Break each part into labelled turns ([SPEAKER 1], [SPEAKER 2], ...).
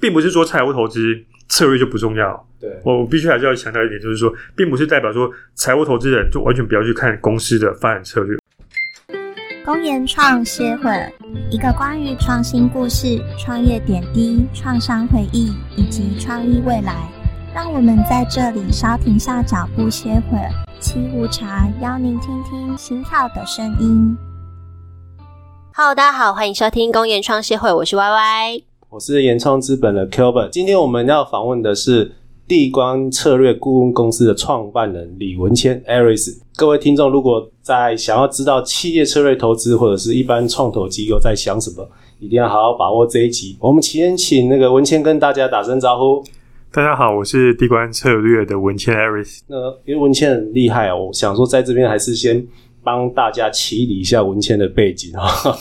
[SPEAKER 1] 并不是说财务投资策略就不重要。
[SPEAKER 2] 对，
[SPEAKER 1] 我必须还是要强调一点，就是说，并不是代表说财务投资人就完全不要去看公司的发展策略。
[SPEAKER 3] 公研创协会，一个关于创新故事、创业点滴、创伤回忆以及创意未来。让我们在这里稍停下脚步歇会儿，沏壶茶，邀您听听心跳的声音。
[SPEAKER 4] Hello，大家好，欢迎收听公研创协会，我是 Y Y。
[SPEAKER 2] 我是原创资本的 Kelvin，今天我们要访问的是地光策略顾问公司的创办人李文谦 Aris。各位听众，如果在想要知道企业策略投资或者是一般创投机构在想什么，一定要好好把握这一集。我们先请那个文谦跟大家打声招呼。
[SPEAKER 1] 大家好，我是地关策略的文谦 Aris。
[SPEAKER 2] 那呃因为文倩很厉害哦，我想说在这边还是先帮大家起理一下文倩的背景啊、 哦。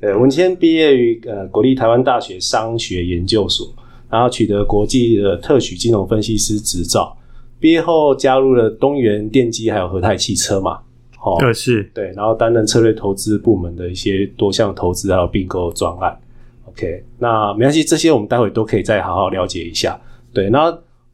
[SPEAKER 2] 对，文倩毕业于呃国立台湾大学商学研究所，然后取得国际的特许金融分析师执照。毕业后加入了东元电机还有和泰汽车嘛，哦，
[SPEAKER 1] 呃，是
[SPEAKER 2] 对，然后担任策略投资部门的一些多项投资还有并购专案。OK，那没关系，这些我们待会都可以再好好了解一下。对，那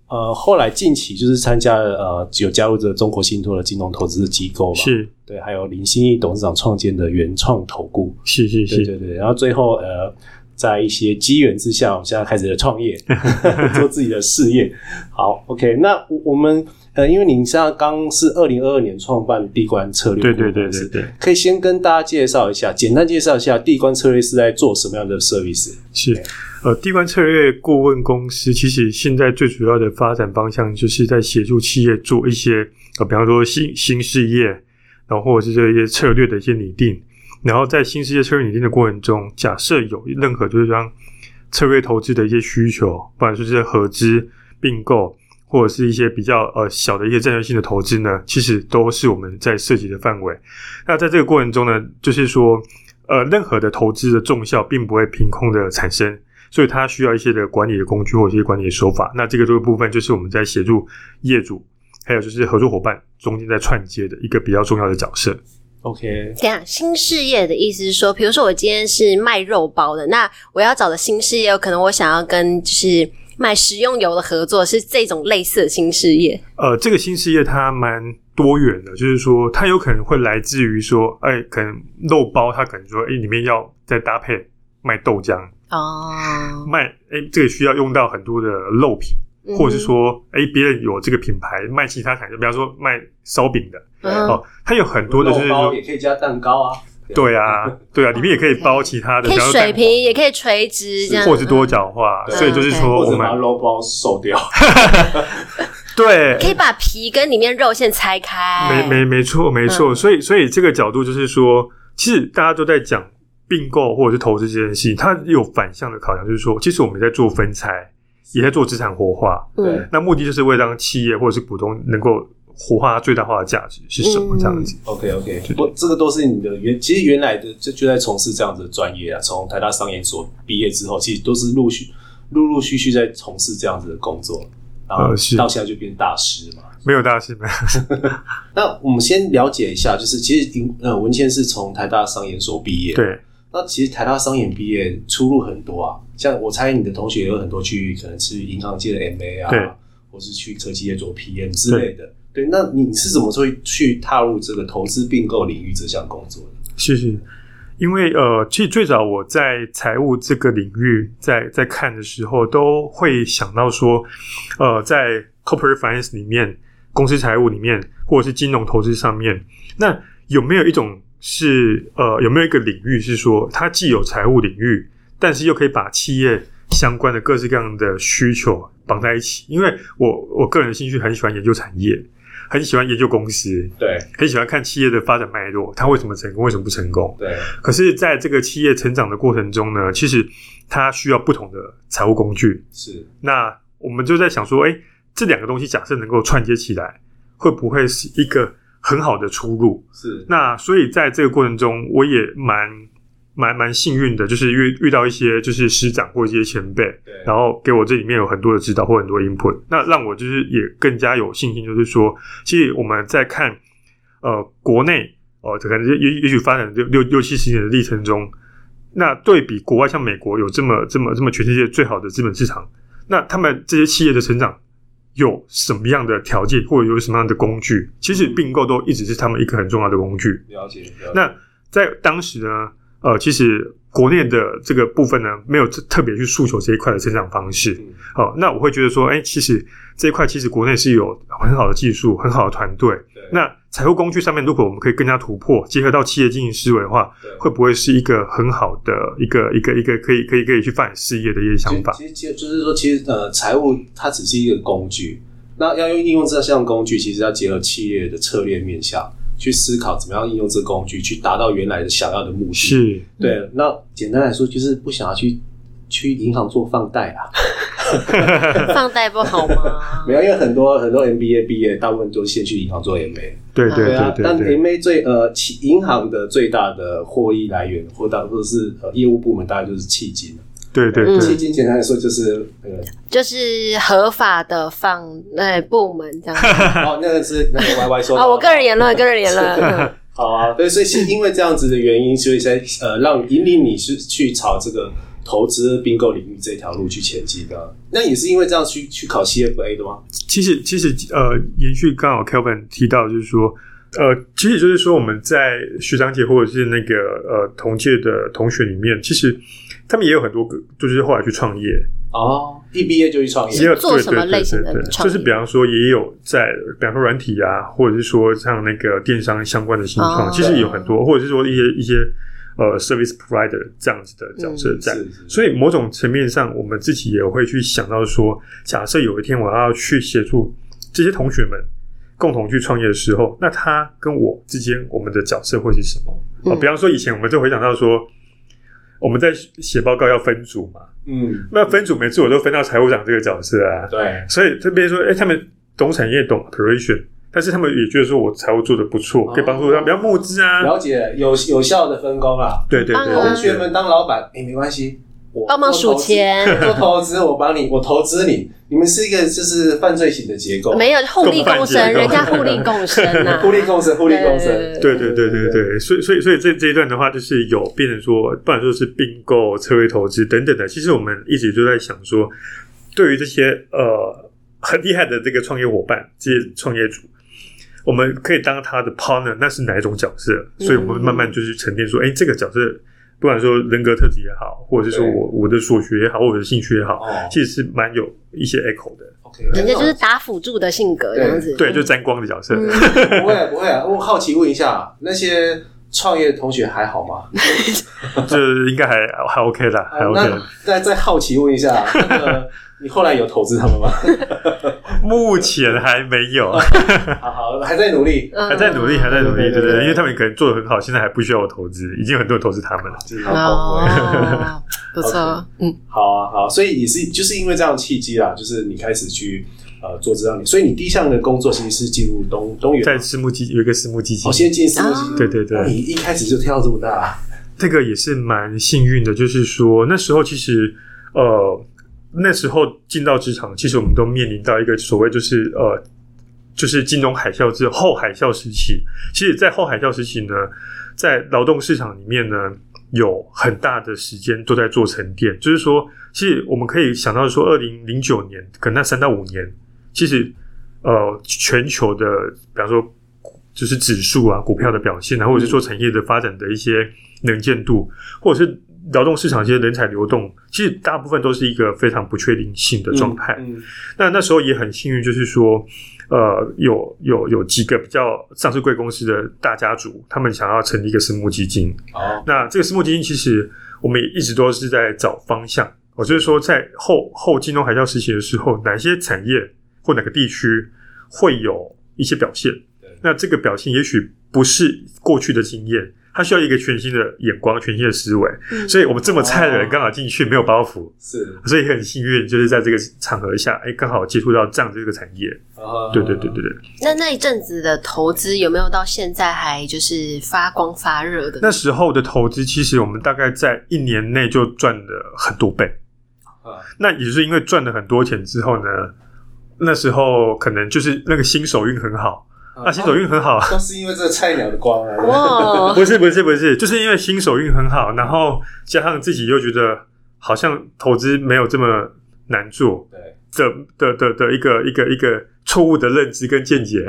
[SPEAKER 2] 呃，后来近期就是参加了呃，有加入这个中国信托的金融投资机构嘛，
[SPEAKER 1] 是
[SPEAKER 2] 对，还有林心义董事长创建的原创投顾，
[SPEAKER 1] 是是
[SPEAKER 2] 对
[SPEAKER 1] 是，
[SPEAKER 2] 对对，然后最后呃，在一些机缘之下，我们现在开始了 创业，做自己的事业。好，OK，那我我们呃，因为您现在刚是二零二二年创办地关策略，
[SPEAKER 1] 对对对对，对，
[SPEAKER 2] 可以先跟大家介绍一下，简单介绍一下地关策略是在做什么样的 service？
[SPEAKER 1] 是。呃，地关策略顾问公司其实现在最主要的发展方向就是在协助企业做一些呃，比方说新新事业，然后或者是这一些策略的一些拟定。然后在新世界策略拟定的过程中，假设有任何就是让策略投资的一些需求，不然说是合资、并购，或者是一些比较呃小的一些战略性的投资呢，其实都是我们在涉及的范围。那在这个过程中呢，就是说，呃，任何的投资的重效并不会凭空的产生，所以它需要一些的管理的工具或者一些管理的手法。那这个这个部分就是我们在协助业主，还有就是合作伙伴中间在串接的一个比较重要的角色。
[SPEAKER 2] OK，
[SPEAKER 4] 这样新事业的意思是说，比如说我今天是卖肉包的，那我要找的新事业，可能我想要跟就是卖食用油的合作，是这种类似的新事业。
[SPEAKER 1] 呃，这个新事业它蛮多元的，就是说它有可能会来自于说，哎、可能肉包它可能说，哎、里面要再搭配卖豆浆，
[SPEAKER 4] 哦，
[SPEAKER 1] 卖哎、这个需要用到很多的肉品，
[SPEAKER 4] 嗯
[SPEAKER 1] 或者是说，哎、别人有这个品牌卖其他产品，比方说卖烧饼的，
[SPEAKER 4] 嗯
[SPEAKER 2] 哦
[SPEAKER 4] 哼，
[SPEAKER 1] 哦，它有很多的就是
[SPEAKER 2] 肉包
[SPEAKER 1] 说
[SPEAKER 2] 也，可以加蛋糕啊，
[SPEAKER 1] 对 啊，对啊，里面也可以包其他的，
[SPEAKER 4] 可以
[SPEAKER 1] 比方说蛋
[SPEAKER 4] 水平，也可以垂直这样，
[SPEAKER 1] 或是多角化，
[SPEAKER 2] 嗯
[SPEAKER 1] 所以就是说
[SPEAKER 2] 或
[SPEAKER 1] 哦我
[SPEAKER 2] 者
[SPEAKER 1] 们
[SPEAKER 2] 把肉包瘦掉。
[SPEAKER 1] 对
[SPEAKER 4] 可以把皮跟里面肉馅拆开。
[SPEAKER 1] 没没没错没
[SPEAKER 4] 嗯
[SPEAKER 1] 错，所以所以这个角度就是说，其实大家都在讲并购或者是投资这件事情，它有反向的考量，就是说，其实我们也在做分拆，也在做资产活化，
[SPEAKER 4] 嗯，
[SPEAKER 1] 那目的就是为了让企业或者是股东能够活化它最大化的价值是什么
[SPEAKER 4] 嗯
[SPEAKER 1] 这样子。
[SPEAKER 2] OK OK，不，这个都是你的原，其实原来的就就在从事这样子的专业啊。从台大商研所毕业之后，其实都是陆续陆陆续续在从事这样子的工作，然后
[SPEAKER 1] 呃是
[SPEAKER 2] 到现在就变大师嘛。
[SPEAKER 1] 没有大师们，
[SPEAKER 2] 那我们先了解一下，就是其实林呃文倩是从台大商研所毕业，。
[SPEAKER 1] 对，
[SPEAKER 2] 那其实台大商研毕业出路很多啊，像我猜你的同学有很多去可能去银行界的 MA
[SPEAKER 1] 对
[SPEAKER 2] 啊，或是去科技业做 PM 之类的。对，那你是怎么会去踏入这个投资并购领域这项工作的？
[SPEAKER 1] 是是。因为呃，其实最早我在财务这个领域在在看的时候，都会想到说，呃，在 corporate finance 里面、公司财务里面，或者是金融投资上面，那有没有一种是呃，有没有一个领域是说，它既有财务领域，但是又可以把企业相关的各式各样的需求绑在一起？因为我我个人的兴趣很喜欢研究产业，很喜欢研究公司，
[SPEAKER 2] 对
[SPEAKER 1] 很喜欢看企业的发展脉络，它为什么成功，为什么不成功。
[SPEAKER 2] 对，
[SPEAKER 1] 可是，在这个企业成长的过程中呢，其实它需要不同的财务工具。
[SPEAKER 2] 是
[SPEAKER 1] 那我们就在想说，哎，这两个东西假设能够串接起来，会不会是一个很好的出路？
[SPEAKER 2] 是
[SPEAKER 1] 那所以在这个过程中，我也蛮蛮蛮幸运的，就是遇遇到一些就是师长或一些前辈，
[SPEAKER 2] 对，
[SPEAKER 1] 然后给我这里面有很多的指导或很多 input，那让我就是也更加有信心，就是说，其实我们在看呃国内哦，呃可能也也许发展六六六七十年的历程中，那对比国外，像美国有这么这么这么全世界最好的资本市场，那他们这些企业的成长有什么样的条件，或者有什么样的工具？其实并购都一直是他们一个很重要的工具。
[SPEAKER 2] 了解。了解
[SPEAKER 1] 那在当时呢，呃，其实国内的这个部分呢，没有特特别去诉求这一块的成长方式。
[SPEAKER 2] 嗯
[SPEAKER 1] 好、那我会觉得说，哎、其实这一块其实国内是有很好的技术、很好的团队。
[SPEAKER 2] 对
[SPEAKER 1] 那财务工具上面，如果我们可以更加突破，结合到企业经营思维的话，
[SPEAKER 2] 对
[SPEAKER 1] 会不会是一个很好的一个一个一个可以可以可以去发展事业的一些想法？
[SPEAKER 2] 其实其实就是说，其实呃，财务它只是一个工具，那要用应用这项工具，其实要结合企业的策略面向去思考，怎么样应用这工具去达到原来的想要的目的。，
[SPEAKER 1] 是，
[SPEAKER 4] 嗯
[SPEAKER 2] 对。那简单来说，就是不想要去去银行做放贷啦，
[SPEAKER 4] 放贷不好 吗？
[SPEAKER 2] 没有，因为很多很多 MBA 毕业，大部分都先去银行做 MA。
[SPEAKER 1] 对对
[SPEAKER 2] 啊
[SPEAKER 1] 对，对
[SPEAKER 2] 但
[SPEAKER 1] 对，
[SPEAKER 2] MA 最呃，企银行的最大的获益来源，或大或者是呃业务部门，大概就是迄金。
[SPEAKER 1] 对对对
[SPEAKER 4] 嗯
[SPEAKER 2] 迄金简单来说就是 呃
[SPEAKER 4] 就是合法的放呃部门这样。
[SPEAKER 2] 哦，那个是那 个 Y Y 说的
[SPEAKER 4] 啊，我个人言论，个人言论。嗯
[SPEAKER 2] 好啊，对，所以是因为这样子的原因，所以才呃让引领你是去朝这个投资并购领域这条路去前进的。啊那也是因为这样去去考 CFA 的吗？
[SPEAKER 1] 其实其实呃，延续刚好 Kelvin 提到，就是说。呃，其实就是说我们在学长姐或者是那个呃同届的同学里面，其实他们也有很多个，就是后来去创业，
[SPEAKER 2] 哦，一毕业就去创
[SPEAKER 1] 也
[SPEAKER 2] 业
[SPEAKER 1] 有
[SPEAKER 4] 做什么类型的
[SPEAKER 1] 对对对对
[SPEAKER 4] 创
[SPEAKER 1] 就
[SPEAKER 4] 业
[SPEAKER 1] 是比方说也有在，比方说软体啊，或者是说像那个电商相关的新创，
[SPEAKER 4] 哦
[SPEAKER 1] 其实有很多，或者是说一些一些呃 service provider 这样子的
[SPEAKER 4] 嗯
[SPEAKER 1] 角色在。
[SPEAKER 2] 是是
[SPEAKER 1] 所以某种层面上，我们自己也会去想到说，假设有一天我要去协助这些同学们共同去创业的时候，那他跟我之间我们的角色会是什么？哦，
[SPEAKER 4] 嗯
[SPEAKER 1] 比方说以前我们就回想到说，我们在写报告要分组嘛，
[SPEAKER 2] 嗯，
[SPEAKER 1] 那分组每次我都分到财务长这个角色啊，
[SPEAKER 2] 对，
[SPEAKER 1] 所以这边说，哎、他们懂产业懂 operation，但是他们也觉得说我财务做的不错，
[SPEAKER 2] 哦
[SPEAKER 1] 可以帮助他，比方募资啊，
[SPEAKER 2] 了解有有效的分工啦。
[SPEAKER 1] 对对对
[SPEAKER 4] 帮
[SPEAKER 2] 同
[SPEAKER 4] 忙
[SPEAKER 1] 对
[SPEAKER 2] 学
[SPEAKER 1] 对
[SPEAKER 2] 们当老板，哎，没关系。我
[SPEAKER 4] 帮忙数钱
[SPEAKER 2] 做投资，做投资我帮你，我投资你。你们是一个就是犯罪型的结构，
[SPEAKER 4] 没有互利共生，
[SPEAKER 1] 共犯结构
[SPEAKER 4] 人家互利共生啊呐、
[SPEAKER 2] 互利共生，互利共
[SPEAKER 4] 对
[SPEAKER 2] 生。
[SPEAKER 1] 对对对对对，所以所以所以这这一段的话，就是有变成说，不然说是并购、策略投资等等的。其实我们一直就在想说，对于这些呃很厉害的这个创业伙伴、这些创业主，我们可以当他的 partner，那是哪一种角色？所以我们慢
[SPEAKER 2] 嗯
[SPEAKER 1] 慢就是沉淀说，哎、这个角色，不管说人格特质也好，或者是说
[SPEAKER 2] 对
[SPEAKER 1] 我我的所学也好，我的兴趣也好，
[SPEAKER 2] 哦
[SPEAKER 1] 其实是蛮有一些 echo 的。
[SPEAKER 2] ，OK，
[SPEAKER 4] 人家就是打辅助的性格这样子。
[SPEAKER 1] 对，就沾光的角色。
[SPEAKER 4] 嗯
[SPEAKER 2] 不会不会啊，我好奇问一下，那些创业同学还好吗？呃
[SPEAKER 1] 这应该还还 OK 啦，还 OK
[SPEAKER 2] 哦那
[SPEAKER 1] 啦。
[SPEAKER 2] 再再好奇问一下，那个你后来有投资他们吗？
[SPEAKER 1] 目前还没有，
[SPEAKER 2] 好好，还在努力。
[SPEAKER 4] 嗯
[SPEAKER 1] 还在努力，还在努力，
[SPEAKER 2] 哦对对
[SPEAKER 1] 对
[SPEAKER 2] 对
[SPEAKER 1] 对
[SPEAKER 2] 对
[SPEAKER 1] 对，因为他们可能做的很好，现在还不需要我投资，已经有很多人投资他们了。
[SPEAKER 4] 哦，不错，嗯，
[SPEAKER 2] 好啊，好，所以也是就是因为这样的契机啦，就是你开始去呃做这样的，所以你第一项的工作其实是进入东东
[SPEAKER 1] 在
[SPEAKER 2] 元，
[SPEAKER 1] 私募基有一个私募基金
[SPEAKER 2] 哦，，哎先进私募基金，
[SPEAKER 1] 对对对
[SPEAKER 2] 那你一开始就跳这么大，
[SPEAKER 1] 这个也是蛮幸运的，就是说那时候其实呃那时候进到职场，其实我们都面临到一个所谓就是呃就是金融海啸之后海啸时期。其实，在后海啸时期呢，在劳动市场里面呢，有很大的时间都在做沉淀，就是说，其实我们可以想到说，二零零九年可能那三到五年，其实呃全球的，比方说。就是指数啊，股票的表现啊，或者是说产业的发展的一些能见度，或者是劳动市场一些人才流动，其实大部分都是一个非常不确定性的状态。
[SPEAKER 2] 嗯，嗯
[SPEAKER 1] 那那时候也很幸运，就是说，呃，有有有几个比较上市贵公司的大家族，他们想要成立一个私募基金。
[SPEAKER 2] 好，
[SPEAKER 1] 那这个私募基金其实我们也一直都是在找方向，我就是说，在后后金融海啸时期的时候，哪些产业或哪个地区会有一些表现
[SPEAKER 2] 对？
[SPEAKER 1] 那这个表现也许不是过去的经验，它需要一个全新的眼光、全新的思维。
[SPEAKER 4] 嗯
[SPEAKER 1] 所以我们这么菜的
[SPEAKER 2] 哦
[SPEAKER 1] 人刚好进去没有包袱，
[SPEAKER 2] 是，
[SPEAKER 1] 所以很幸运，就是在这个场合下，哎，刚好接触到这样的一个产业。
[SPEAKER 2] 啊
[SPEAKER 1] 对对对对对，
[SPEAKER 4] 那那一阵子的投资有没有到现在还就是发光发热的？
[SPEAKER 1] 那时候的投资，其实我们大概在一年内就赚了很多倍。
[SPEAKER 2] 啊
[SPEAKER 1] 那也是因为赚了很多钱之后呢，那时候可能就是那个新手运很好，啊，新手运很好啊。
[SPEAKER 2] 都是因为这个菜鸟的光啊。
[SPEAKER 4] 哇，
[SPEAKER 1] 不是不是不是，就是因为新手运很好，然后加上自己又觉得好像投资没有这么难做
[SPEAKER 2] 对，
[SPEAKER 1] 的的的的一个一个一个错误的认知跟见解，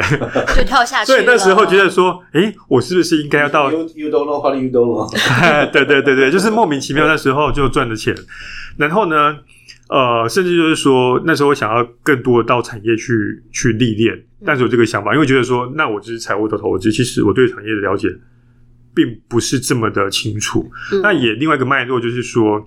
[SPEAKER 4] 就跳下去
[SPEAKER 1] 所
[SPEAKER 4] 了。
[SPEAKER 1] 以那时候觉得说，诶，我是不是应该要到
[SPEAKER 2] you you don't know what you don't know。
[SPEAKER 1] 对对对对，就是莫名其妙那时候就赚的钱，然后呢，呃，甚至就是说那时候我想要更多的到产业去去历
[SPEAKER 4] 嗯
[SPEAKER 1] 练，但是有这个想法，因为觉得说，那我只是财务的投资，其实我对产业的了解并不是这么的清楚。
[SPEAKER 4] 嗯
[SPEAKER 1] 那也另外一个脉络就是说，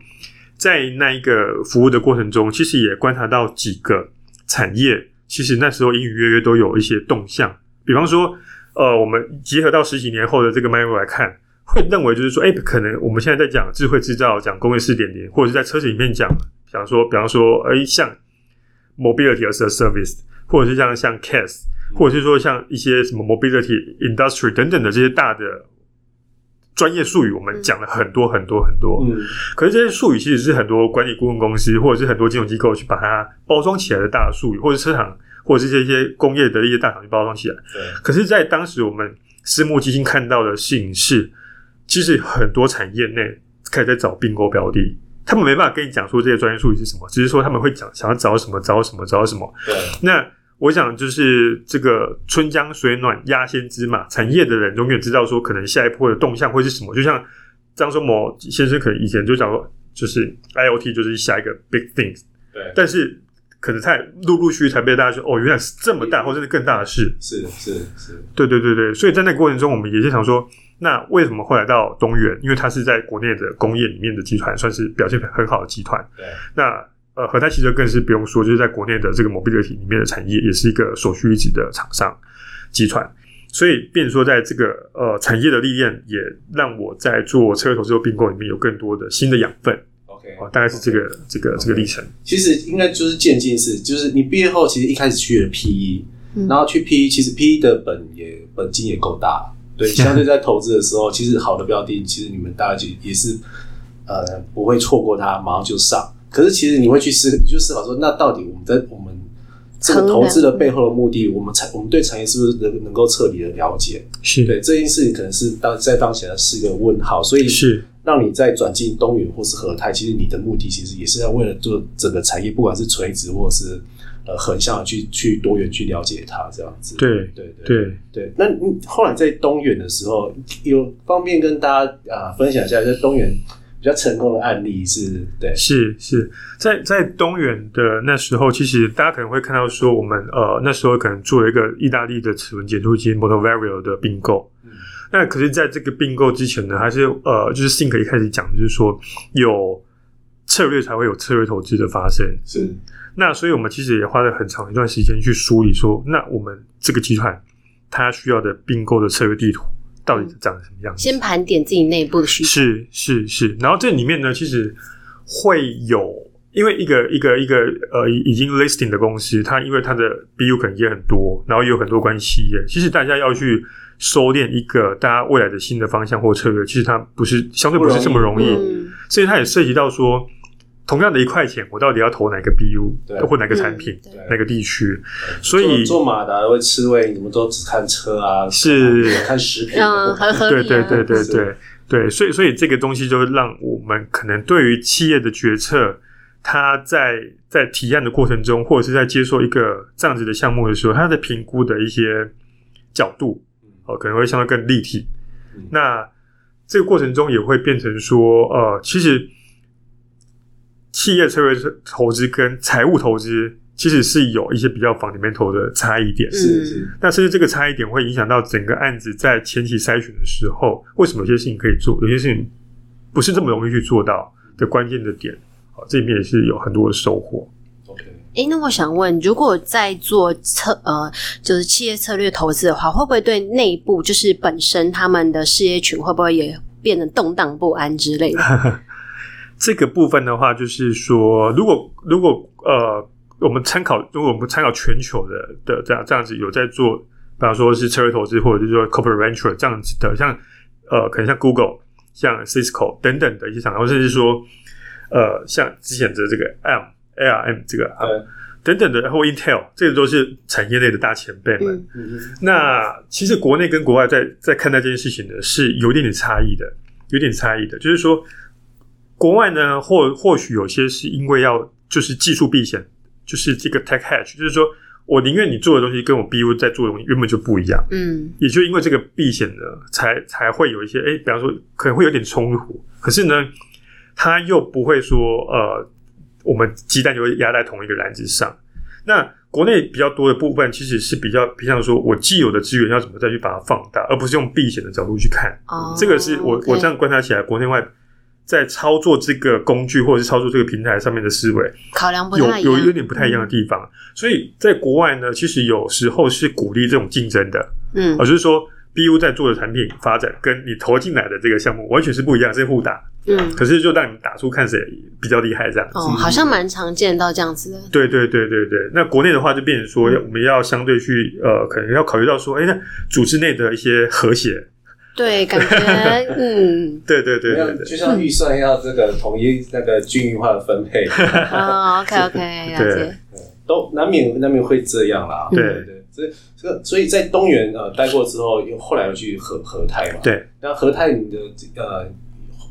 [SPEAKER 1] 在那一个服务的过程中，其实也观察到几个产业，其实那时候隐隐约约都有一些动向。比方说，呃，我们结合到十几年后的这个脉络来看，会认为就是说，哎、可能我们现在在讲智慧制造，讲工业四点零，或者是在车子里面讲，想说，比方说，哎、像 mobility as a service，或者是像像 CAS，或者是说像一些什么 mobility industry 等等的这些大的专业术语，我们讲了很多很多很多。
[SPEAKER 2] 嗯，
[SPEAKER 1] 可是这些术语其实是很多管理顾问公司或者是很多金融机构去把它包装起来的大的术语，或者是车厂或者是这些工业的一些大厂去包装起来。
[SPEAKER 2] 对，
[SPEAKER 1] 可是，在当时我们私募基金看到的事情是，其实很多产业内开始在找并购标的，他们没办法跟你讲说这些专业术语是什么，只是说他们会讲想要找什么找什么找什么。
[SPEAKER 2] 对，
[SPEAKER 1] 那我想就是这个春江水暖鸭先知嘛，产业的人永远知道说可能下一波的动向会是什么。就像张忠谋先生可能以前就讲说，就是 IOT 就是下一个 big things，
[SPEAKER 2] 对，
[SPEAKER 1] 但是可能才陆陆续续才被大家说哦，原来是这么大，或者是更大的事。
[SPEAKER 2] 是是是，
[SPEAKER 1] 对对对对，所以在那个过程中，我们也是想说，那为什么会来到东元？因为它是在国内的工业里面的集团，算是表现很好的集团。
[SPEAKER 2] 对，
[SPEAKER 1] 那呃，和泰汽车更是不用说，就是在国内的这个 mobility 里面的产业，也是一个首屈一指的厂商集团。所以，变成说在这个呃产业的历练，也让我在做车投资和并购里面有更多的新的养分
[SPEAKER 2] OK，
[SPEAKER 1] 哦，大概是这个这个这个历程。
[SPEAKER 2] 其实应该就是渐进式，就是你毕业后其实一开始去了 PE，、
[SPEAKER 4] 嗯
[SPEAKER 2] 然后去 PE，其实 PE 的本也本金也够大，对，相对在投资的时候，其实好的标的，其实你们大概就也是呃不会错过它，马上就上。可是其实你会去思，你就思考说，那到底我们在我们这个投资的背后的目的，我们产我们对产业是不是能能够彻底的了解？
[SPEAKER 1] 是
[SPEAKER 2] 对这件事情，可能是当在当前是一个问号，所以
[SPEAKER 1] 是
[SPEAKER 2] 让你再转进东元或是和泰，其实你的目的其实也是要为了做整个产业，不管是垂直或是呃横向的去去多元去了解它，这样子。
[SPEAKER 1] 对
[SPEAKER 2] 对对
[SPEAKER 1] 对。
[SPEAKER 2] 对。那你后来在东元的时候，有方便跟大家啊、分享一下在东元比较成功的案例是？对，
[SPEAKER 1] 是是，在在东远的那时候，其实大家可能会看到说，我们呃那时候可能做了一个意大利的齿轮减速机 Motovario 的并购。
[SPEAKER 2] 嗯
[SPEAKER 1] 那可是，在这个并购之前呢，还是呃，就是 Think 一开始讲，的就是说有策略才会有策略投资的发生。
[SPEAKER 2] 是
[SPEAKER 1] 那所以我们其实也花了很长一段时间去梳理说，那我们这个集团它需要的并购的策略地图到底长什么样子？
[SPEAKER 4] 先盘点自己内部的需求，
[SPEAKER 1] 是是是，然后这里面呢，其实会有，因为一个一个一个呃已已经 listing 的公司，它因为它的 BU 可能也很多，然后也有很多关系耶。其实大家要去收敛一个大家未来的新的方向或策略，其实它不是相对不是这么容
[SPEAKER 2] 不
[SPEAKER 1] 易，
[SPEAKER 2] 容易
[SPEAKER 4] 嗯，
[SPEAKER 1] 所以它也涉及到说，同样的一块钱，我到底要投哪个
[SPEAKER 2] 对
[SPEAKER 1] BU 或哪个产品、
[SPEAKER 4] 嗯对
[SPEAKER 1] 哪个地区？所以
[SPEAKER 2] 做做马达会吃味，你们都只看车啊，
[SPEAKER 1] 是
[SPEAKER 2] 看食品，
[SPEAKER 4] 嗯，很合理、啊，
[SPEAKER 1] 对对对对
[SPEAKER 2] 是
[SPEAKER 1] 对对，所以所以这个东西就让我们可能对于企业的决策，它在在提案的过程中，或者是在接受一个这样子的项目的时候，它的评估的一些角度，哦，可能会相对更立体。
[SPEAKER 2] 嗯
[SPEAKER 1] 那这个过程中也会变成说，呃，其实企业策略投资跟财务投资其实是有一些比较 fundamental 的差异点，
[SPEAKER 2] 嗯
[SPEAKER 4] 嗯
[SPEAKER 2] 是是
[SPEAKER 1] 那甚至这个差异点会影响到整个案子在前期筛选的时候，为什么有些事情可以做，有些事情不是这么容易去做到的关键的点。好，这里面也是有很多的收获。
[SPEAKER 2] OK。
[SPEAKER 4] 诶，那我想问，如果在做策呃，就是企业策略投资的话，会不会对内部就是本身他们的事业群会不会也变得动荡不安之类的？嗯
[SPEAKER 1] 这个部分的话，就是说，如果如果呃，我们参考，如果我们参考全球的的这样这样子有在做，比方说是策略投资，或者是说 corporate venture 这样子的，像呃，可能像 Google、像 Cisco 等等的一些厂商，或者是说呃，像之前的这个 M ARM 这个
[SPEAKER 2] 对
[SPEAKER 1] 等等的，或 Intel，这个都是产业内的大前辈们。
[SPEAKER 4] 嗯
[SPEAKER 2] 嗯嗯
[SPEAKER 1] 那其实国内跟国外在在看待这件事情呢，是有点点差异的，有点差异的。就是说，国外呢，或或许有些是因为要就是技术避险，就是这个 tech hedge，就是说我宁愿你做的东西跟我 BU 在做的东西原本就不一样，
[SPEAKER 4] 嗯
[SPEAKER 1] 也就因为这个避险呢，才才会有一些哎，诶比方说可能会有点冲突，可是呢，他又不会说呃，我们鸡蛋就会压在同一个篮子上。那国内比较多的部分，其实是比较偏向说我既有的资源要怎么再去把它放大，而不是用避险的角度去看。
[SPEAKER 4] 哦，
[SPEAKER 1] 这个是我、我
[SPEAKER 4] OK
[SPEAKER 1] 这样观察起来，国内外在操作这个工具或者是操作这个平台上面的思维，
[SPEAKER 4] 考量不
[SPEAKER 1] 有
[SPEAKER 4] 太一样，
[SPEAKER 1] 有有点不太一样的地方。所以在国外呢，其实有时候是鼓励这种竞争的。
[SPEAKER 4] 嗯
[SPEAKER 1] 哦而是说 BU 在做的产品发展跟你投进来的这个项目完全是不一样，是互打。
[SPEAKER 4] 嗯
[SPEAKER 1] 可是就让你们打出看谁比较厉害这样子。
[SPEAKER 4] 哦，好像蛮常见到这样子的，
[SPEAKER 1] 对对对对对，那国内的话就变成说，
[SPEAKER 4] 嗯
[SPEAKER 1] 我们要相对去呃，可能要考虑到说，哎，那组织内的一些和谐。
[SPEAKER 4] 对，感觉嗯
[SPEAKER 1] 对对对
[SPEAKER 2] 没有
[SPEAKER 1] 对对
[SPEAKER 2] 就像预算要这个统一那个均匀化的分 配，
[SPEAKER 4] 啊，OK OK，了解，
[SPEAKER 2] 都难免难免会这样啦。
[SPEAKER 1] 嗯
[SPEAKER 4] 对
[SPEAKER 2] 对对，所以这个所以在东原呃待过之后，又后来又去和和泰嘛。
[SPEAKER 1] 对，
[SPEAKER 2] 那和泰你的呃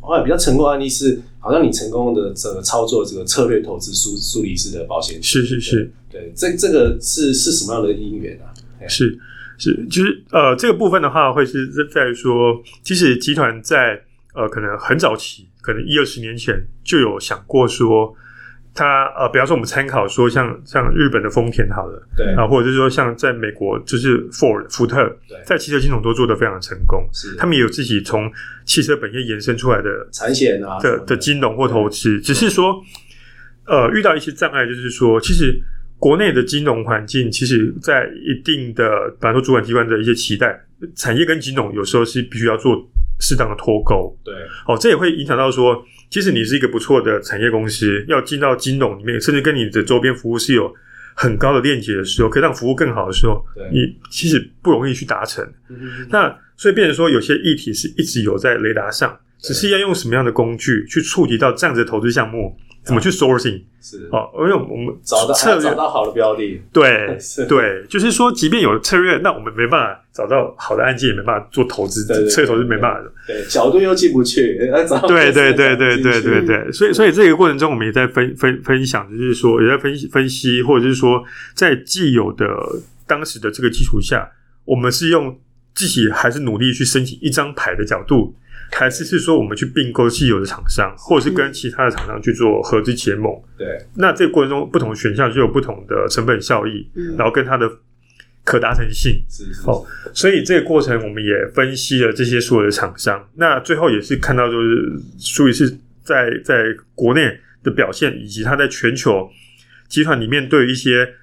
[SPEAKER 2] 后来比较成功的案例是，好像你成功的这个操作这个策略投资苏苏黎世的保险。
[SPEAKER 1] 是是是
[SPEAKER 2] 对，这这个是是什么样的因缘啊？
[SPEAKER 1] 是是，就是呃，这个部分的话，会是在在于说，其实集团在呃，可能很早期，可能一二十年前就有想过说，它呃，比方说我们参考说像像日本的丰田好了。
[SPEAKER 2] 对，
[SPEAKER 1] 啊，或者是说像在美国，就是 Ford 福特
[SPEAKER 2] 对
[SPEAKER 1] 在汽车金融都做得非常成功，
[SPEAKER 2] 是
[SPEAKER 1] 他们也有自己从汽车本业延伸出来的
[SPEAKER 2] 产险啊什
[SPEAKER 1] 的
[SPEAKER 2] 么
[SPEAKER 1] 的金融或投资，只是说呃遇到一些障碍，就是说其实。国内的金融环境，其实在一定的，比方说主管机关的一些期待，产业跟金融有时候是必须要做适当的脱钩。
[SPEAKER 2] 对
[SPEAKER 1] 哦，这也会影响到说，即使你是一个不错的产业公司，要进到金融里面，甚至跟你的周边服务是有很高的链接的时候，可以让服务更好的时候，
[SPEAKER 2] 对，
[SPEAKER 1] 你其实不容易去达成。
[SPEAKER 2] 嗯
[SPEAKER 1] 那所以变成说，有些议题是一直有在雷达上，只是要用什么样的工具去触及到这样子的投资项目，怎么去 sourcing
[SPEAKER 2] 是
[SPEAKER 1] 哦，因为我们
[SPEAKER 2] 啊找到
[SPEAKER 1] 策
[SPEAKER 2] 啊找
[SPEAKER 1] 略
[SPEAKER 2] 到好的标的，
[SPEAKER 1] 对。
[SPEAKER 2] 是
[SPEAKER 1] 对，就是说，即便有策略，那我们没办法找到好的案件，也没办法做投资，
[SPEAKER 2] 对对对
[SPEAKER 1] 策略投资没办法的。
[SPEAKER 2] 对，角度又进不去，要找
[SPEAKER 1] 对对对对
[SPEAKER 2] 进去
[SPEAKER 1] 对对对，所以所以这个过程中，我们也在分分分享，就是说也在分析分析，或者是说在既有的当时的这个基础下，我们是用自己还是努力去申请一张牌的角度，还是是说我们去并购既有的厂商，或者是
[SPEAKER 2] 嗯
[SPEAKER 1] 跟其他的厂商去做合资结盟。
[SPEAKER 2] 对，
[SPEAKER 1] 那这个过程中，不同的选项就有不同的成本效益，
[SPEAKER 4] 嗯
[SPEAKER 1] 然后跟它的可达成性。
[SPEAKER 2] 是是是
[SPEAKER 1] 哦所以这个过程我们也分析了这些所有的厂商，那最后也是看到就是苏黎世在在国内的表现，以及它在全球集团里面对于一些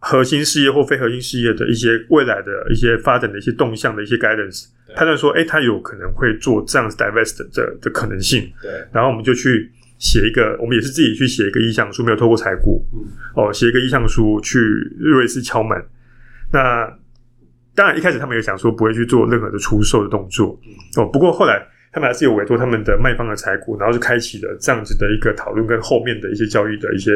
[SPEAKER 1] 核心事业或非核心事业的一些未来的一些发展的一些动向的一些 guidance，
[SPEAKER 2] 对
[SPEAKER 1] 判断说，哎，它有可能会做这样子 divest 的的的可能性，
[SPEAKER 2] 对，
[SPEAKER 1] 然后我们就去写一个，我们也是自己去写一个意向书，没有透过财股，
[SPEAKER 2] 嗯，
[SPEAKER 1] 哦，写一个意向书去瑞士敲门。那当然一开始他们也想说不会去做任何的出售的动作哦，不过后来他们还是有委托他们的卖方的财股，然后就开启了这样子的一个讨论跟后面的一些交易的一些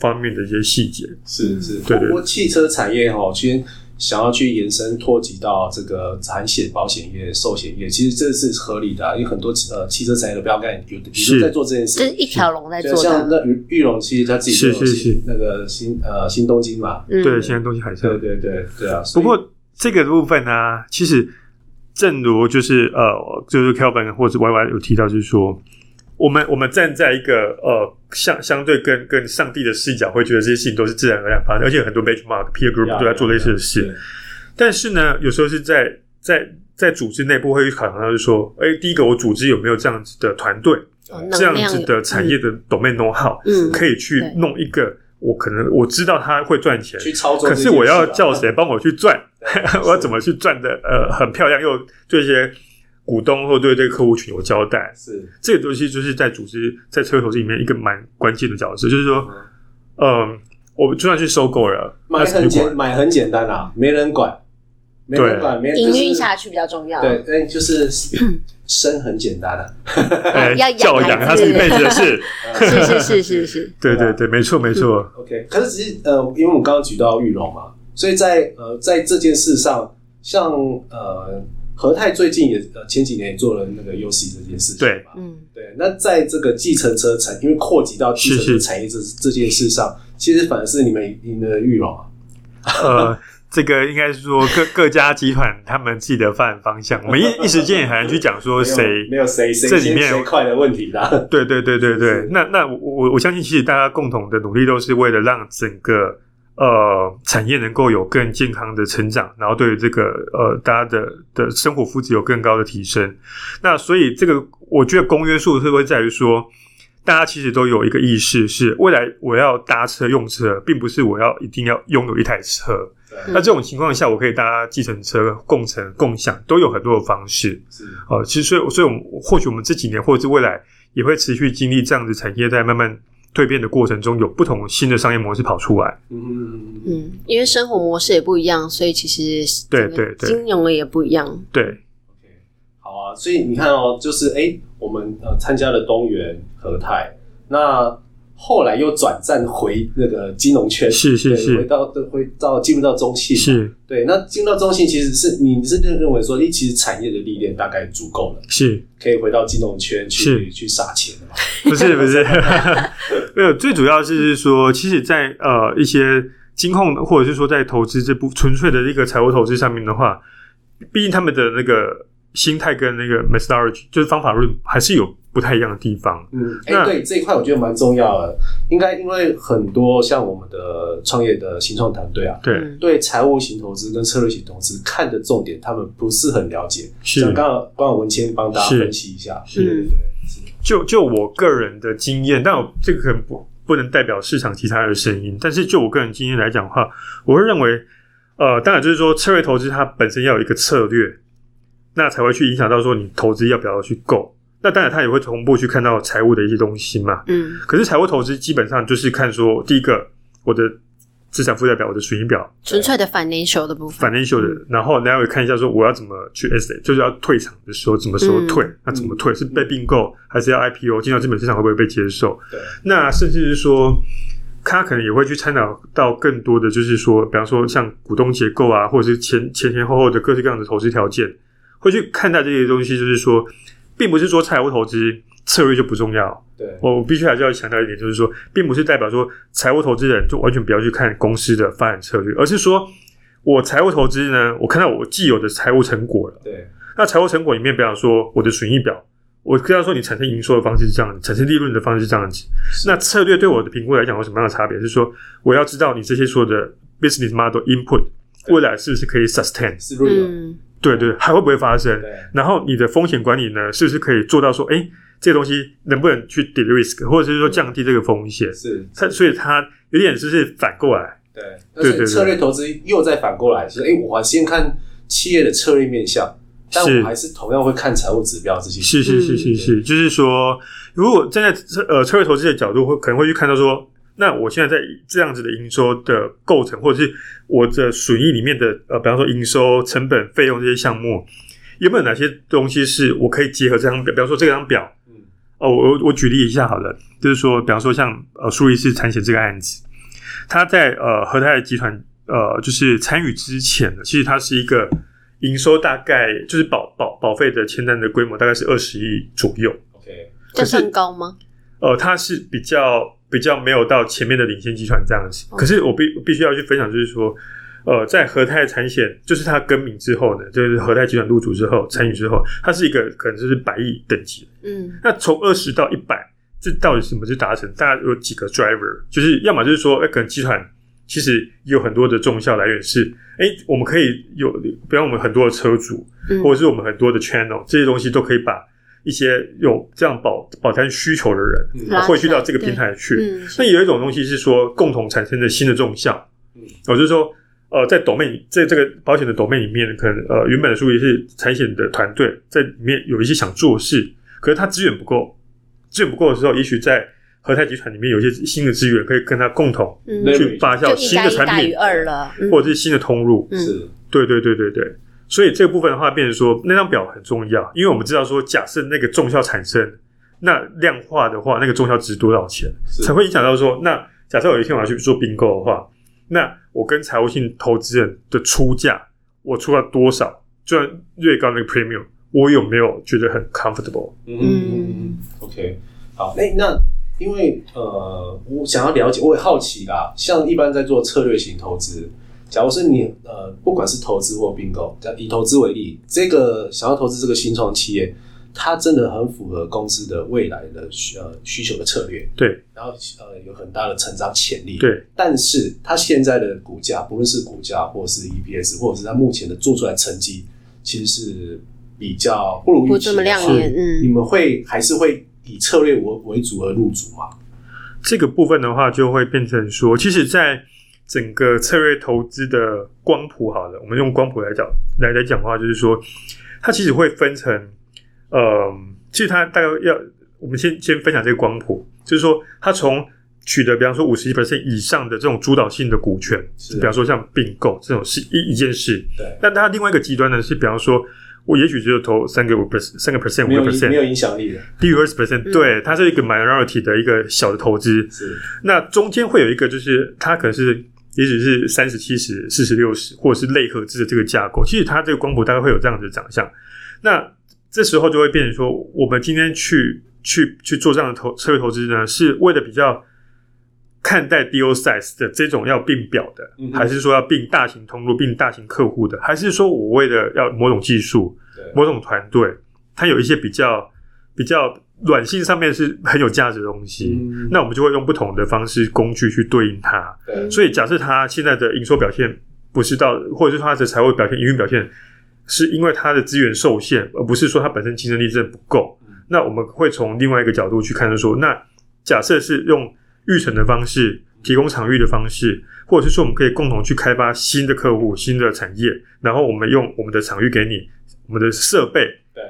[SPEAKER 1] 方面的一些细节。
[SPEAKER 2] 是是，
[SPEAKER 1] 对对
[SPEAKER 2] 不过汽车产业哈，其实想要去延伸拓及到这个产险、保险业、寿险业，其实这是合理的啊、因为很多呃汽车产业的标杆有
[SPEAKER 1] 是
[SPEAKER 2] 有在做这件
[SPEAKER 4] 就是
[SPEAKER 2] 事。
[SPEAKER 4] 一条龙在
[SPEAKER 2] 对，
[SPEAKER 4] 做
[SPEAKER 2] 像
[SPEAKER 4] 的，
[SPEAKER 2] 那玉玉龙，其实他自己
[SPEAKER 1] 是
[SPEAKER 2] 就有
[SPEAKER 1] 是
[SPEAKER 2] 新
[SPEAKER 1] 是
[SPEAKER 2] 那个新呃新东京嘛，
[SPEAKER 4] 嗯
[SPEAKER 1] 对，现在东西还在
[SPEAKER 2] 对。对对对啊。所
[SPEAKER 1] 不
[SPEAKER 2] 以
[SPEAKER 1] 过这个部分呢、其实正如就是呃，就是 Kelvin 或者 YY 有提到，就是说我们我们站在一个呃相相对跟跟上帝的视角，会觉得这些事情都是自然而然发生，而且很多 benchmark peer group
[SPEAKER 2] 呀
[SPEAKER 1] 都在做类似的
[SPEAKER 2] 对
[SPEAKER 1] 事。但是呢，有时候是在在在组织内部会考量到，就是说，哎，第一个我组织有没有这样子的团队，
[SPEAKER 4] 哦能
[SPEAKER 1] 这样
[SPEAKER 4] 量
[SPEAKER 1] 子的产业的 domain know how，、
[SPEAKER 4] 嗯
[SPEAKER 1] 可以去
[SPEAKER 4] 对
[SPEAKER 1] 弄一个。我可能我知道他会赚钱，
[SPEAKER 2] 去操作
[SPEAKER 1] 可
[SPEAKER 2] 这件
[SPEAKER 1] 是
[SPEAKER 2] 事啊，
[SPEAKER 1] 我要叫谁帮我去赚
[SPEAKER 2] 对？
[SPEAKER 1] 我要怎么去赚的？呃，很漂亮，又对一些股东或对这个客户群有交代。
[SPEAKER 2] 是
[SPEAKER 1] 这个东西就是在组织在车投资里面一个蛮关键的角色，就是说，嗯、我就算去收购了，
[SPEAKER 2] 买
[SPEAKER 1] 那是
[SPEAKER 2] 很
[SPEAKER 1] 不管
[SPEAKER 2] 简买很简单啊，没人管，没
[SPEAKER 1] 对
[SPEAKER 2] 人管，没人
[SPEAKER 4] 营
[SPEAKER 2] 就是
[SPEAKER 4] 运下去比较重要，
[SPEAKER 2] 对，哎，就是 生很简单啊的，
[SPEAKER 1] 哎
[SPEAKER 4] 要养
[SPEAKER 1] 教养
[SPEAKER 4] 孩
[SPEAKER 1] 他
[SPEAKER 4] 子
[SPEAKER 1] 是一辈子的 事。
[SPEAKER 4] 是是是 是是，
[SPEAKER 1] 对对对，没错没错。
[SPEAKER 2] OK，可是只是呃，因为我们刚刚举到玉龙嘛，所以在呃在这件事上，像呃和泰最近也呃前几年也做了那个 UC 这件事情，
[SPEAKER 1] 对
[SPEAKER 2] 嘛，
[SPEAKER 4] 嗯，
[SPEAKER 2] 对。那在这个计程车产，因为扩及到计程
[SPEAKER 1] 是
[SPEAKER 2] 车
[SPEAKER 1] 是
[SPEAKER 2] 产业这这件事上，其实反而是你们赢了玉龙啊，
[SPEAKER 1] 呃，这个应该是说各各家集团他们自己的发展方向，我们一一时间也很难去讲说
[SPEAKER 2] 没有
[SPEAKER 1] 谁
[SPEAKER 2] 没有谁谁
[SPEAKER 1] 这里面
[SPEAKER 2] 先谁快的问题啦，
[SPEAKER 1] 对对对对
[SPEAKER 2] 是
[SPEAKER 1] 对，那那我我我相信，其实大家共同的努力都是为了让整个呃产业能够有更健康的成长，然后对于这个呃大家的的生活福祉有更高的提升。那所以这个我觉得公约数是会在于说，大家其实都有一个意识是未来我要搭车用车，并不是我要一定要拥有一台车。
[SPEAKER 2] 对
[SPEAKER 4] 嗯
[SPEAKER 1] 那这种情况下，我可以搭计程车、共乘、共享都有很多的方式。
[SPEAKER 2] 是
[SPEAKER 1] 哦，其实所以，所以我们或许我们这几年或者是未来也会持续经历这样子产业在慢慢蜕变的过程中，有不同新的商业模式跑出来。
[SPEAKER 2] 嗯嗯嗯
[SPEAKER 4] 嗯，因为生活模式也不一样，所以其实
[SPEAKER 1] 对
[SPEAKER 4] 整个
[SPEAKER 1] 对对
[SPEAKER 4] 金融也不一样，
[SPEAKER 1] 对，
[SPEAKER 2] OK，好啊，所以你看哦，就是哎、诶我们呃参加了东元和泰，那后来又转战回那个金融圈，
[SPEAKER 1] 是是
[SPEAKER 2] 对
[SPEAKER 1] 是
[SPEAKER 2] 回到回到进入到中信，
[SPEAKER 1] 是
[SPEAKER 2] 对，那进入到中信其实是你是认认为说，诶，其实产业的历练大概足够了，
[SPEAKER 1] 是，
[SPEAKER 2] 可以回到金融圈去
[SPEAKER 1] 是
[SPEAKER 2] 去撒钱了嘛？
[SPEAKER 1] 不是不是， 没有，最主要就是说，其实在，呃一些金控或者是说在投资这部纯粹的一个财务投资上面的话，毕竟他们的那个心态跟那个 methodology 就是方法论还是有不太一样的地方。
[SPEAKER 2] 嗯，哎、
[SPEAKER 1] 那
[SPEAKER 2] 对这一块我觉得蛮重要的，应该因为很多像我们的创业的新创团队啊，
[SPEAKER 1] 对，
[SPEAKER 4] 嗯，
[SPEAKER 2] 对财务型投资跟策略型投资看的重点，他们不是很了解。
[SPEAKER 1] 是
[SPEAKER 2] 像刚刚刚好文谦帮大家分析一下，
[SPEAKER 1] 是
[SPEAKER 2] 对对对，是
[SPEAKER 1] 就就我个人的经验，但我这个可能不不能代表市场其他人的声音，但是就我个人经验来讲的话，我会认为，呃，当然就是说策略投资它本身要有一个策略，那才会去影响到说你投资要不要去购。那当然，它也会同步去看到财务的一些东西嘛。
[SPEAKER 4] 嗯
[SPEAKER 1] 可是财务投资基本上就是看说，第一个我的资产负债表、我的损益表、
[SPEAKER 4] 纯粹的 financial 的部分嗯
[SPEAKER 1] financial 的，然后然后也看一下说我要怎么去 exit，就是要退场的时候什么时候退，
[SPEAKER 4] 嗯
[SPEAKER 1] 那怎么退是被并购还是要 IPO 进到资本市场会不会被接受？
[SPEAKER 2] 对，
[SPEAKER 1] 那甚至是说，他可能也会去参考到更多的，就是说，比方说像股东结构啊，或者是前前前后后的各式各样的投资条件，会去看待这些东西。就是说，并不是说财务投资策略就不重要。
[SPEAKER 2] 对，
[SPEAKER 1] 我必须还是要强调一点，就是说，并不是代表说财务投资人就完全不要去看公司的发展策略，而是说我财务投资呢，我看到我既有的财务成果了。
[SPEAKER 2] 对，
[SPEAKER 1] 那财务成果里面，比方说我的损益表，我跟他说你产生营收的方式是这样子，产生利润的方式是这样子。
[SPEAKER 2] 是
[SPEAKER 1] 那策略对我的评估来讲有什么样的差别？是说我要知道你这些所有的 business model input 未来是不是可以 sustain？
[SPEAKER 2] 是 real，
[SPEAKER 4] 嗯
[SPEAKER 1] 对对，还会不会发生？
[SPEAKER 2] 对，
[SPEAKER 1] 然后你的风险管理呢，是不是可以做到说，哎，这个东西能不能去 de risk，或者是说降低这个风险？
[SPEAKER 2] 是，
[SPEAKER 1] 它所以它有点就是反过来，
[SPEAKER 2] 对，但是
[SPEAKER 1] 对对
[SPEAKER 2] 策略投资又再反过来，就是哎，我先看企业的策略面向，但
[SPEAKER 1] 是
[SPEAKER 2] 我还是同样会看财务指标这些，
[SPEAKER 1] 是是是是是，嗯就是说，如果站在策呃策略投资的角度，会可能会去看到说，那我现在在这样子的营收的构成，或者是我的损益里面的呃，比方说营收、成本、费用这些项目，有没有哪些东西是我可以结合这张表？比方说这张表，
[SPEAKER 2] 嗯，
[SPEAKER 1] 哦，我我我举例一下好了，就是说，比方说像呃苏黎世产险这个案子，它在呃和泰集团呃就是参与之前呢，其实它是一个营收大概就是保保保费的签单的规模大概是二十亿左右，
[SPEAKER 2] ，OK，
[SPEAKER 4] 这算高吗？
[SPEAKER 1] 呃，它是比较比较没有到前面的领先集团这样子。
[SPEAKER 4] 哦
[SPEAKER 1] 可是我必必须要去分享，就是说，呃，在和泰产险就是它更名之后呢，就是和泰集团入主之后参与之后，它是一个可能就是百亿等级的
[SPEAKER 4] 嗯
[SPEAKER 1] 那从二十到一百，这到底什么是达成？大概有几个 driver？就是要么就是说，哎、可能集团其实有很多的重效来源是，哎、我们可以有，比方我们很多的车主，
[SPEAKER 4] 嗯，
[SPEAKER 1] 或者是我们很多的 channel，这些东西都可以把一些有这样保保单需求的人，啊
[SPEAKER 2] 嗯
[SPEAKER 4] 拉
[SPEAKER 1] 汇
[SPEAKER 4] 起
[SPEAKER 1] 聚
[SPEAKER 4] 来
[SPEAKER 1] 到这个平
[SPEAKER 4] 对
[SPEAKER 1] 台去。
[SPEAKER 4] 嗯
[SPEAKER 1] 那有一种东西是说共同产生的新的重效，
[SPEAKER 2] 嗯
[SPEAKER 1] 我就是说，呃，在 domain 在这个保险的 domain 里面，可能呃原本的书也是产险的团队在里面有一些想做事，可是他资源不够，资源不够的时候，也许在和泰集团里面有一些新的资源可以跟他共同
[SPEAKER 4] 嗯
[SPEAKER 2] 那
[SPEAKER 1] 去发酵
[SPEAKER 4] 就
[SPEAKER 1] 新
[SPEAKER 4] 加
[SPEAKER 1] 的
[SPEAKER 4] 一
[SPEAKER 1] 产
[SPEAKER 4] 大于
[SPEAKER 1] 品，
[SPEAKER 4] 二了，嗯
[SPEAKER 1] 或者是新的通路。
[SPEAKER 4] 嗯
[SPEAKER 2] 是
[SPEAKER 1] 对对对对对，所以这个部分的话，变成说那张表很重要，因为我们知道说，假设那个重效产生，那量化的话，那个重效值多少钱，
[SPEAKER 2] 是
[SPEAKER 1] 才会影响到说，那假设有一天我要去做并购的话，那我跟财务性投资人的出价，我出了多少，就算越高那个 premium，我有没有觉得很 comfortable？
[SPEAKER 4] 嗯
[SPEAKER 2] ，OK，好，那那因为呃，我想要了解，我也好奇啦，像一般在做策略型投资，假如是你呃，不管是投资或并购，假以投资为例，这个想要投资这个新创企业，它真的很符合公司的未来的需呃需求的策略，
[SPEAKER 1] 对
[SPEAKER 2] 然后呃有很大的成长潜力，
[SPEAKER 1] 对，
[SPEAKER 2] 但是它现在的股价，不论是股价或是 EPS，或者是它目前的做出来的成绩，其实是比较不如预期的
[SPEAKER 4] 不这么亮眼
[SPEAKER 2] 话
[SPEAKER 4] 嗯
[SPEAKER 2] 你们会还是会以策略为为主啊而入主嘛？
[SPEAKER 1] 这个部分的话，就会变成说，其实，在整个策略投资的光谱好了，我们用光谱来讲来来讲的话，就是说，它其实会分成，呃，其实它大概要，我们先先分享这个光谱，就是说，它从取得比方说五十一 percent 以上的这种主导性的股权，
[SPEAKER 2] 是
[SPEAKER 1] 比方说像并购这种是一一件事，
[SPEAKER 2] 对，
[SPEAKER 1] 但它另外一个极端呢是，比方说。我也许只有投三个五 percent，三个 percent，五
[SPEAKER 2] 没
[SPEAKER 1] 个
[SPEAKER 2] 有影
[SPEAKER 1] percent，
[SPEAKER 2] 没有影响力的，
[SPEAKER 1] 低于二十 percent，
[SPEAKER 4] 嗯
[SPEAKER 1] 对，它是一个 minority 的一个小的投资，
[SPEAKER 2] 是
[SPEAKER 1] 那中间会有一个，就是它可能是也许是三十七十、四十六十，或者是类合制的这个架构。其实它这个光谱大概会有这样子的长相。那这时候就会变成说，我们今天去去去做这样的投策略投资呢，是为了比较看待 deal size 的这种要并表的，
[SPEAKER 2] 嗯哼
[SPEAKER 1] 还是说要并大型通路、并大型客户的，还是说我为了要某种技术、
[SPEAKER 2] 对，
[SPEAKER 1] 某种团队，它有一些比较比较软性上面是很有价值的东西。
[SPEAKER 2] 嗯
[SPEAKER 1] 那我们就会用不同的方式工具去对应它。
[SPEAKER 4] 嗯
[SPEAKER 2] 对
[SPEAKER 1] 所以，假设它现在的营收表现不是到，或者是它的财务表现、营运表现，是因为它的资源受限，而不是说它本身竞争力真的不够
[SPEAKER 2] 嗯。
[SPEAKER 1] 那我们会从另外一个角度去看，就说，那假设是用育成的方式，提供场域的方式，或者是说我们可以共同去开发新的客户、新的产业，然后我们用我们的场域给你，我们的设备
[SPEAKER 2] 嗯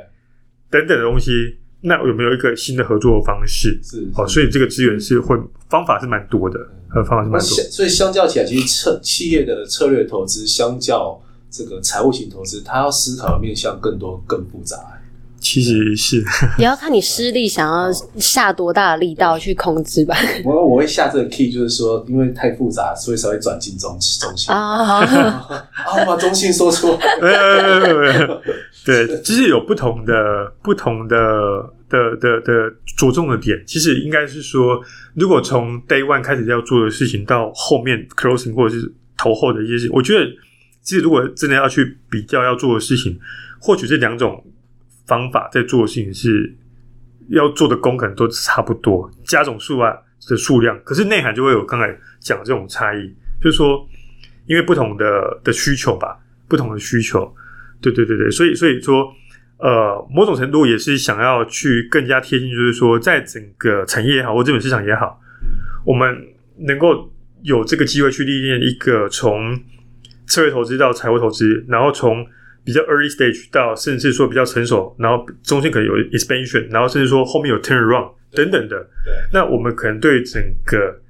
[SPEAKER 2] 对
[SPEAKER 1] 等等的东西，那有没有一个新的合作方式？
[SPEAKER 2] 是
[SPEAKER 1] 哦，所以这个资源是会方法是蛮多的，呃，方法是
[SPEAKER 2] 那
[SPEAKER 1] 蛮多
[SPEAKER 2] 相
[SPEAKER 1] 的。
[SPEAKER 2] 所以相较起来，其实策企业的策略投资相较这个财务型投资，它要思考的面向更多更复杂、
[SPEAKER 1] 其实是
[SPEAKER 4] 也要看你施力想要下多大的力道去控制 吧。
[SPEAKER 2] 我我会下这个 key，就是说，因为太复杂，所以才会转进中中性。啊，
[SPEAKER 4] 啊，
[SPEAKER 2] 我把中性说出来。
[SPEAKER 1] 没有没有没有没有没有 对，其实有不同的不同的的的的着重的点。其实应该是说，如果从 day one 开始要做的事情，到后面 closing 或者是投后的一些事，我觉得其实如果真的要去比较要做的事情，或许这两种方法在做的事情是要做的工可能都差不多，加总数啊的数量，可是内涵就会有刚才讲的这种差异，就是说因为不同的的需求吧，不同的需求，对对对对，所以所以说。呃，某种程度也是想要去更加贴近，就是说，在整个产业也好，或资本市场也好，我们能够有这个机会去历练一个从策略投资到财务投资，然后从比较 early stage 到甚至说比较成熟，然后中间可能有 expansion，然后甚至说后面有 turn around 等等的。
[SPEAKER 2] 对，
[SPEAKER 1] 那我们可能对整个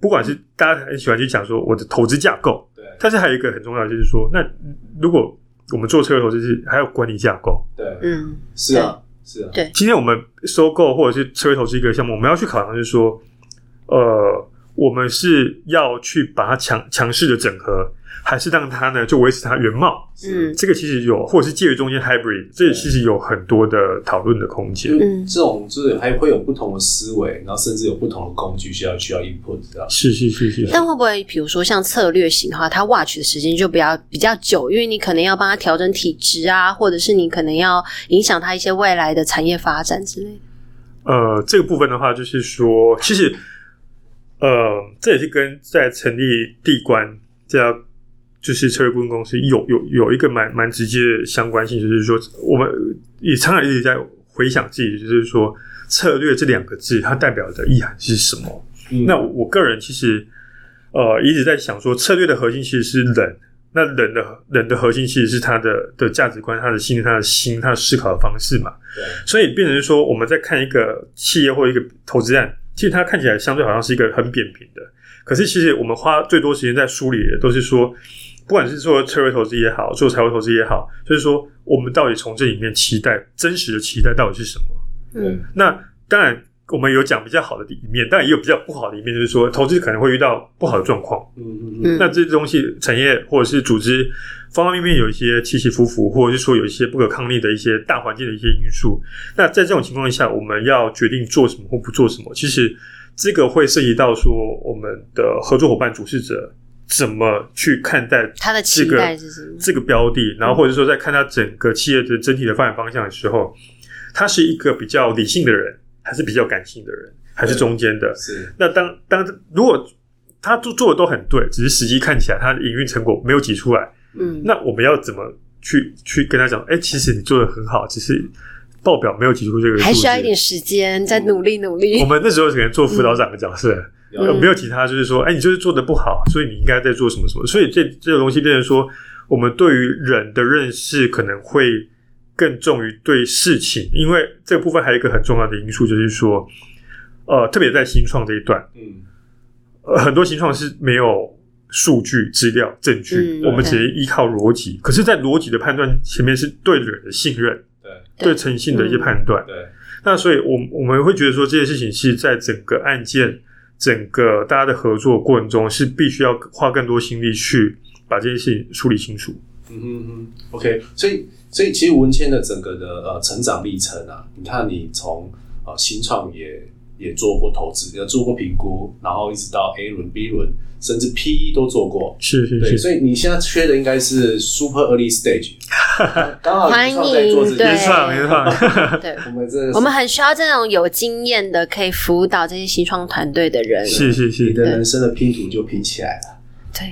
[SPEAKER 1] 不管是大家很喜欢去讲说我的投资架构，
[SPEAKER 2] 对
[SPEAKER 1] 但是还有一个很重要的就是说，那如果我们做策略投资是还有管理架构。
[SPEAKER 2] 对，
[SPEAKER 4] 嗯，
[SPEAKER 2] 是啊，是啊，
[SPEAKER 1] 今天我们收购或者是策略投资一个项目，我们要去考量就是说，呃，我们是要去把它强强势的整合，还是让它呢就维持它原貌？
[SPEAKER 2] 是啊
[SPEAKER 4] 嗯
[SPEAKER 1] 这个其实有，或者是介于中间 hybrid，这其实有很多的讨论的空
[SPEAKER 2] 就
[SPEAKER 1] 间。
[SPEAKER 4] 嗯
[SPEAKER 2] 这种就是还会有不同的思维，然后甚至有不同的工具需要需要 input 的。
[SPEAKER 1] 是是是是，
[SPEAKER 4] 但会不会比如说像策略型的话，它 watch 的时间就比较比较久，因为你可能要帮他调整体质啊，或者是你可能要影响他一些未来的产业发展之类的。
[SPEAKER 1] 呃，这个部分的话，就是说，其实，呃，这也是跟在成立地关这家就是策略顾问公司有有有一个蛮蛮直接的相关性，就是说，我们也常常一直在回想自己，就是说，策略这两个字它代表的意涵是什么？
[SPEAKER 2] 嗯
[SPEAKER 1] 那我我个人其实，呃，一直在想说，策略的核心其实是人。那人的人的核心其实是他的的价值观、他的信念、他的心、他的思考的方式嘛。
[SPEAKER 2] 对
[SPEAKER 1] 所以变成说，我们在看一个企业或一个投资案，其实它看起来相对好像是一个很扁平的，可是其实我们花最多时间在梳理的都是说，不管是做策略投资也好，做财务投资也好，就是说我们到底从这里面期待真实的期待到底是什么？
[SPEAKER 4] 嗯
[SPEAKER 1] 那当然，我们有讲比较好的一面，但也有比较不好的一面，就是说投资可能会遇到不好的状况。
[SPEAKER 2] 嗯
[SPEAKER 4] 嗯
[SPEAKER 1] 那这些东西，产业或者是组织方方面面有一些起起伏伏，或者是说有一些不可抗力的一些大环境的一些因素。那在这种情况下，我们要决定做什么或不做什么，其实这个会涉及到说我们的合作伙伴、主事者怎么去看待
[SPEAKER 4] 他的
[SPEAKER 1] 这
[SPEAKER 4] 期
[SPEAKER 1] 个
[SPEAKER 4] 待是什么？
[SPEAKER 1] 这个标的，然后或者说在看他整个企业的整体的发展方向的时候，他是一个比较理性的人，还是比较感性的人，还是中间的？
[SPEAKER 2] 是
[SPEAKER 1] 那当当如果他做做的都很对，只是实际看起来他的营运成果没有挤出来，
[SPEAKER 4] 嗯，
[SPEAKER 1] 那我们要怎么去去跟他讲？哎，其实你做的很好，只是报表没有挤出这个数字，
[SPEAKER 4] 还需要一点时间，再努力努力
[SPEAKER 1] 我。们那时候可能做辅导长的角色，
[SPEAKER 2] 嗯
[SPEAKER 1] 呃没有其他，就是说，哎，你就是做的不好，所以你应该在做什么什么。所以这这个东西变成说，我们对于人的认识可能会更重于对事情，因为这个部分还有一个很重要的因素，就是说，呃，特别在新创这一段，
[SPEAKER 2] 嗯
[SPEAKER 1] 呃，很多新创是没有数据、资料、证据，
[SPEAKER 4] 嗯
[SPEAKER 1] 我们只能依靠逻辑。可是，在逻辑的判断前面是对人的信任、
[SPEAKER 2] 对
[SPEAKER 1] 对诚信的一些判断。
[SPEAKER 2] 对
[SPEAKER 1] 那所以我们，我们会觉得说，这件事情是在整个案件、整个大家的合作过程中，是必须要花更多心力去把这件事情梳理清楚。
[SPEAKER 2] 嗯哼哼，OK，所以所以其实文谦的整个的呃成长历程啊，你看你从呃新创也也做过投资，也做过评估，然后一直到 A 轮、B 轮，甚至 PE 都做过。
[SPEAKER 1] 是是
[SPEAKER 2] 对，
[SPEAKER 1] 是，
[SPEAKER 2] 所以你现在缺的应该是 super early stage，刚好
[SPEAKER 4] 欢迎
[SPEAKER 2] 你在做这
[SPEAKER 1] 没
[SPEAKER 2] 件
[SPEAKER 4] 对
[SPEAKER 2] 事
[SPEAKER 1] 错没错，
[SPEAKER 4] 对，
[SPEAKER 2] 我们真的是
[SPEAKER 4] 我们很需要这种有经验的，可以辅导这些新创团队的人。
[SPEAKER 1] 是是
[SPEAKER 2] 你的
[SPEAKER 1] 是，
[SPEAKER 2] 人生的拼图就拼起来了。
[SPEAKER 4] 对，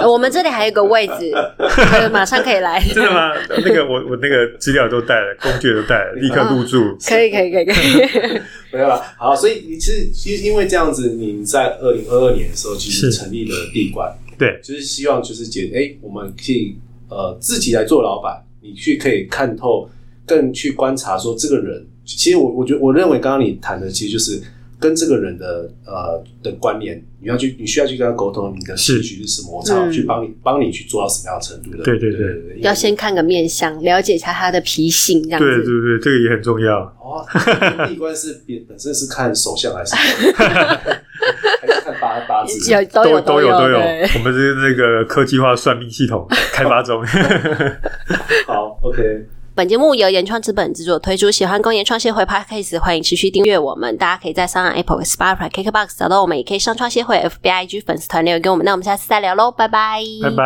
[SPEAKER 4] 呃我们这里还有一个位 置，对马上可以来。
[SPEAKER 1] 真的吗？那个我我那个资料都带了，工具也都带了，立刻入住。
[SPEAKER 4] 可以可以可以可 以，
[SPEAKER 2] 没有啦，好，所以你其实其实因为这样子，你在二零二二年的时候，其实
[SPEAKER 1] 是
[SPEAKER 2] 成立了地管，
[SPEAKER 1] 对，
[SPEAKER 2] 就是希望就是解，哎、我们可以呃自己来做老板，你去可以看透，更去观察说这个人，其实我我觉得我认为刚刚你谈的其实就是跟这个人的呃的关联，你要去你需要去跟他沟通，你的
[SPEAKER 1] 是
[SPEAKER 2] 兴趣是什么，我才好去帮你帮你去做到什么样的程度的，
[SPEAKER 1] 对对对
[SPEAKER 2] 对对，因为
[SPEAKER 4] 要先看个面相，了解一下他的脾性，这样
[SPEAKER 1] 对
[SPEAKER 4] 子。
[SPEAKER 1] 对对，这个也很重要。
[SPEAKER 2] 哦，地官是本本身是看手相还是 还是看八八字？
[SPEAKER 4] 有都有
[SPEAKER 1] 都有
[SPEAKER 4] 有
[SPEAKER 1] 都有
[SPEAKER 4] 对，
[SPEAKER 1] 我们是那个科技化算命系统开发 中。
[SPEAKER 2] 好，OK，
[SPEAKER 4] 本节目由原创资本制作推出，喜欢工研创协会 Podcast，欢迎持续订阅我们。大家可以在上 Apple、Spotify、KKBox 找到我们，也可以上创协会 FBIG 粉丝团留言给我们。那我们下次再聊喽，拜拜，
[SPEAKER 1] 拜拜。